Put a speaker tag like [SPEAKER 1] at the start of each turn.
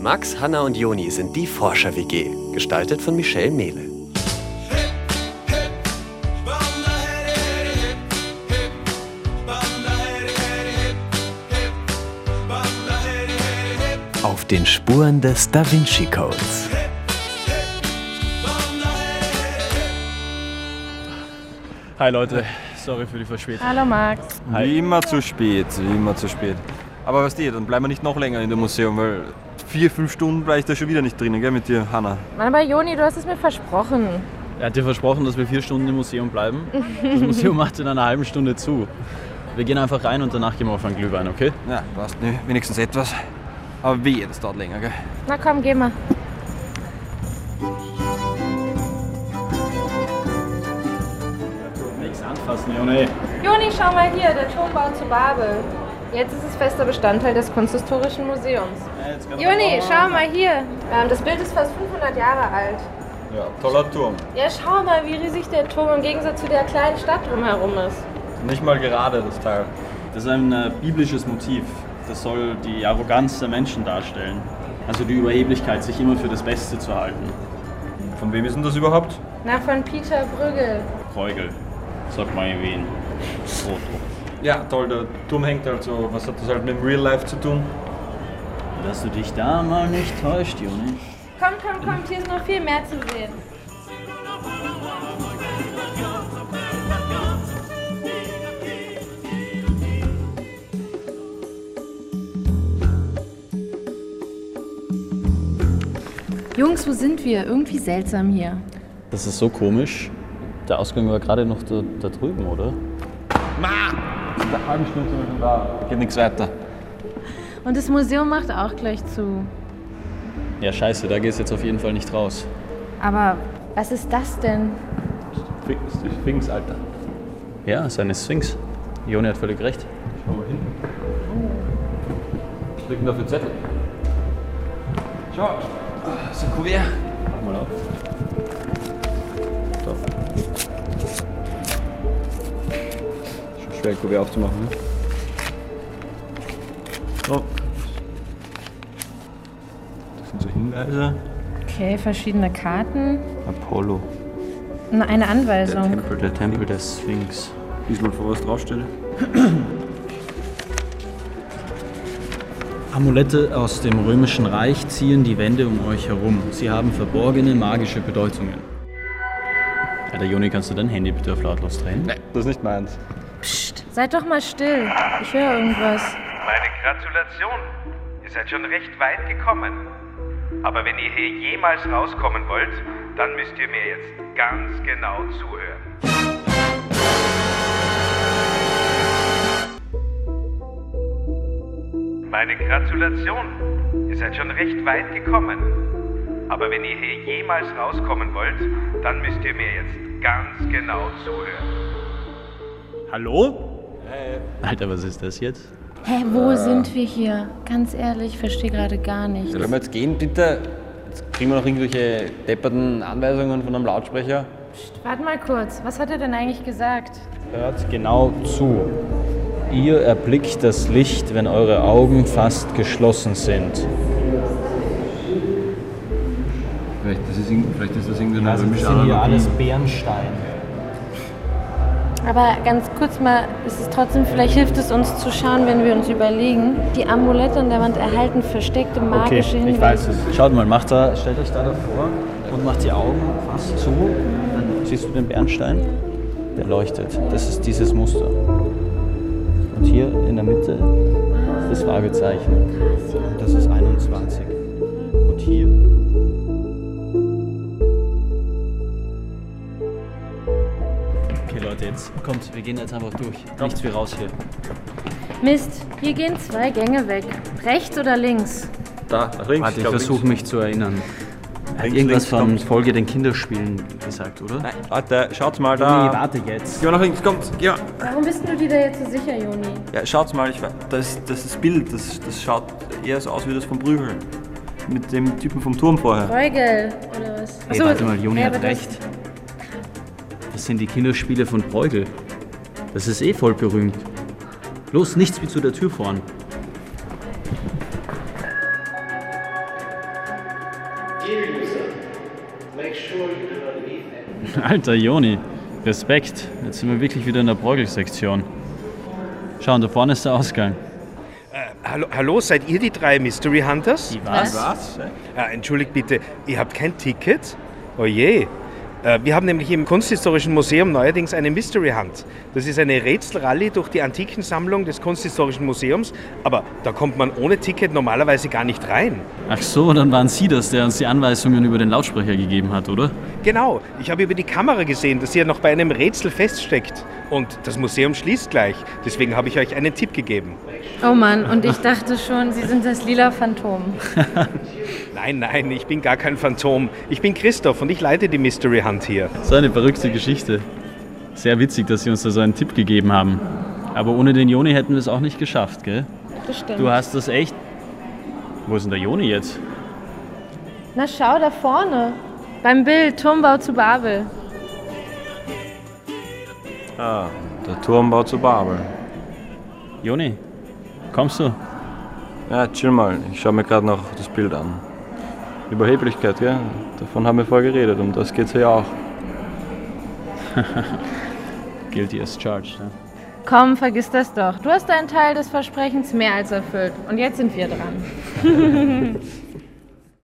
[SPEAKER 1] Max, Hanna und Joni sind die Forscher-WG, gestaltet von Michelle Mehle. Auf den Spuren des Da Vinci Codes.
[SPEAKER 2] Hi Leute, sorry für die Verspätung.
[SPEAKER 3] Hallo Max.
[SPEAKER 4] Wie immer zu spät, wie immer zu spät. Aber weißt du, dann bleiben wir nicht noch länger in dem Museum, weil vier, fünf Stunden bleibe ich da schon wieder nicht drinnen, gell, mit dir, Hanna.
[SPEAKER 3] Mann, aber Joni, du hast es mir versprochen.
[SPEAKER 2] Er hat dir versprochen, dass wir vier Stunden im Museum bleiben. Das Museum macht in einer halben Stunde zu. Wir gehen einfach rein und danach gehen wir auf einen Glühwein, okay?
[SPEAKER 4] Ja, passt, ne, wenigstens etwas. Aber wehe, das dauert länger, gell.
[SPEAKER 3] Na komm, geh mal.
[SPEAKER 2] Nichts anfassen, Joni.
[SPEAKER 3] Joni, schau mal hier, der Turmbau zu Babel. Jetzt ist es fester Bestandteil des Kunsthistorischen Museums. Joni, schau mal hier. Ähm, das Bild ist fast 500 Jahre alt.
[SPEAKER 4] Ja, toller Turm.
[SPEAKER 3] Ja, schau mal, wie riesig der Turm im Gegensatz zu der kleinen Stadt drumherum ist.
[SPEAKER 4] Nicht mal gerade, das Teil.
[SPEAKER 2] Das ist ein äh, biblisches Motiv. Das soll die Arroganz der Menschen darstellen. Also die Überheblichkeit, sich immer für das Beste zu halten.
[SPEAKER 4] Von wem ist denn das überhaupt?
[SPEAKER 3] Na, von Peter Brügge.
[SPEAKER 2] Kräugel, sagt man in Wien. Foto.
[SPEAKER 4] Ja, toll, der Turm hängt halt so. Was hat das halt mit dem Real Life zu tun?
[SPEAKER 2] Dass du dich da mal nicht täuscht, Joni.
[SPEAKER 3] Komm, komm, komm, hier ist noch viel mehr zu sehen. Jungs, wo sind wir? Irgendwie seltsam hier.
[SPEAKER 2] Das ist so komisch. Der Ausgang war gerade noch da, da drüben, oder?
[SPEAKER 4] Eine halbe Stunde sind wir schon da. Geht nichts weiter.
[SPEAKER 3] Und das Museum macht auch gleich zu.
[SPEAKER 2] Ja, scheiße, da gehst du jetzt auf jeden Fall nicht raus.
[SPEAKER 3] Aber was ist das denn?
[SPEAKER 2] Sphinx, Alter. Ja, es ist eine Sphinx. Joni hat völlig recht.
[SPEAKER 4] Schau mal hin. Oh. Was liegt denn da für Zettel? Schau, das Ah, ist ein Kuvert.
[SPEAKER 2] Mach mal auf.
[SPEAKER 4] So. Schon schwer, ein Kuvert aufzumachen, ne? So. Das sind so Hinweise.
[SPEAKER 3] Okay, verschiedene Karten.
[SPEAKER 4] Apollo.
[SPEAKER 3] Na, eine Anweisung.
[SPEAKER 4] Tempel, der Tempel
[SPEAKER 2] Der Sphinx.
[SPEAKER 4] Diesmal vor was draufsteht.
[SPEAKER 2] Amulette aus dem Römischen Reich ziehen die Wände um euch herum. Sie haben verborgene magische Bedeutungen. Alter Joni, kannst du dein Handy bitte auf lautlos drehen?
[SPEAKER 4] Das ist nicht meins.
[SPEAKER 3] Psst, seid doch mal still. Ich höre irgendwas.
[SPEAKER 5] Meine Gratulation, ihr seid schon recht weit gekommen. Aber wenn ihr hier jemals rauskommen wollt, dann müsst ihr mir jetzt ganz genau zuhören. Meine Gratulation, ihr seid schon recht weit gekommen. Aber wenn ihr hier jemals rauskommen wollt, dann müsst ihr mir jetzt ganz genau zuhören.
[SPEAKER 2] Hallo? Alter, was ist das jetzt?
[SPEAKER 3] Hä, wo sind wir hier? Ganz ehrlich, ich verstehe gerade gar nichts.
[SPEAKER 4] Sollen wir jetzt gehen, bitte? Jetzt kriegen wir noch irgendwelche depperten Anweisungen von einem Lautsprecher.
[SPEAKER 3] Warte mal kurz, was hat er denn eigentlich gesagt?
[SPEAKER 2] Hört genau zu. Ihr erblickt das Licht, wenn eure Augen fast geschlossen sind.
[SPEAKER 4] Vielleicht, das ist, irgend- vielleicht ist das irgendein
[SPEAKER 2] Also, Bernstein.
[SPEAKER 3] Aber ganz kurz mal, ist es trotzdem, vielleicht hilft es uns zu schauen, wenn wir uns überlegen. Die Amulette an der Wand erhalten versteckte
[SPEAKER 2] Okay,
[SPEAKER 3] magische
[SPEAKER 2] ich
[SPEAKER 3] Hinweise.
[SPEAKER 2] weiß es. Schaut mal, macht da, stellt euch da davor und macht die Augen fast zu. Dann siehst du den Bernstein, der leuchtet. Das ist dieses Muster. Und hier in der Mitte ist das Fragezeichen. Das ist 21. Und hier. Okay, Leute, jetzt kommt, wir gehen jetzt einfach durch. Nichts wie raus hier.
[SPEAKER 3] Mist, hier gehen zwei Gänge weg. Rechts oder links?
[SPEAKER 4] Da, nach links.
[SPEAKER 2] Warte, ich
[SPEAKER 4] glaub,
[SPEAKER 2] versuche mich zu erinnern. Er hat
[SPEAKER 4] Links,
[SPEAKER 2] irgendwas
[SPEAKER 4] links,
[SPEAKER 2] von
[SPEAKER 4] kommt.
[SPEAKER 2] Folge den Kinderspielen gesagt, oder?
[SPEAKER 4] Nein, Ah. warte, schaut mal
[SPEAKER 2] Nee,
[SPEAKER 4] da.
[SPEAKER 2] warte jetzt.
[SPEAKER 4] Geh mal nach links, kommt, geh mal.
[SPEAKER 3] Warum bist denn du dir da jetzt so sicher, Joni?
[SPEAKER 4] Ja, schaut mal, ich, weiß- das, das ist das Bild, das, das schaut eher so aus wie das vom Brügel. Mit dem Typen vom Turm vorher.
[SPEAKER 3] Bruegel oder was?
[SPEAKER 2] Hey,
[SPEAKER 3] Achso,
[SPEAKER 2] warte mal, Joni
[SPEAKER 3] ja,
[SPEAKER 2] hat
[SPEAKER 3] aber das-
[SPEAKER 2] recht. Das sind die Kinderspiele von Bruegel. Das ist eh voll berühmt. Los, nichts wie zu der Tür vorn. Alter Joni, Respekt. Jetzt sind wir wirklich wieder in der Bräugel-Sektion. Schau, und da vorne ist der Ausgang.
[SPEAKER 5] Hallo, hallo, seid ihr die drei Mystery Hunters?
[SPEAKER 2] Was?
[SPEAKER 4] Was?
[SPEAKER 5] Ah, entschuldigt bitte, ihr habt kein Ticket? Oh je. Äh, Wir haben nämlich im Kunsthistorischen Museum neuerdings eine Mystery Hunt. Das ist eine Rätselrallye durch die Antikensammlung des Kunsthistorischen Museums, aber da kommt man ohne Ticket normalerweise gar nicht rein.
[SPEAKER 2] Ach so, dann waren Sie das, der uns die Anweisungen über den Lautsprecher gegeben hat, oder?
[SPEAKER 5] Genau, ich habe über die Kamera gesehen, dass ihr noch bei einem Rätsel feststeckt. Und das Museum schließt gleich, deswegen habe ich euch einen Tipp gegeben.
[SPEAKER 3] Oh Mann, und ich dachte schon, sie sind das lila Phantom.
[SPEAKER 5] Nein, nein, ich bin gar kein Phantom. Ich bin Christoph und ich leite die Mystery Hunt hier.
[SPEAKER 2] So eine verrückte Geschichte. Sehr witzig, dass Sie uns da so einen Tipp gegeben haben. Aber ohne den Joni hätten wir es auch nicht geschafft, gell?
[SPEAKER 3] Das stimmt.
[SPEAKER 2] Du hast das echt. Wo ist denn der Joni jetzt?
[SPEAKER 3] Na schau da vorne. Beim Bild Turmbau zu Babel.
[SPEAKER 4] Ah, der Turmbau zu Babel.
[SPEAKER 2] Joni, kommst du?
[SPEAKER 4] Ja, chill mal. Ich schaue mir gerade noch das Bild an. Überheblichkeit, gell? Davon haben wir vorher geredet. Um das geht's ja auch.
[SPEAKER 2] Guilty as charged. Ja.
[SPEAKER 3] Komm, vergiss das doch. Du hast deinen Teil des Versprechens mehr als erfüllt. Und jetzt sind wir dran.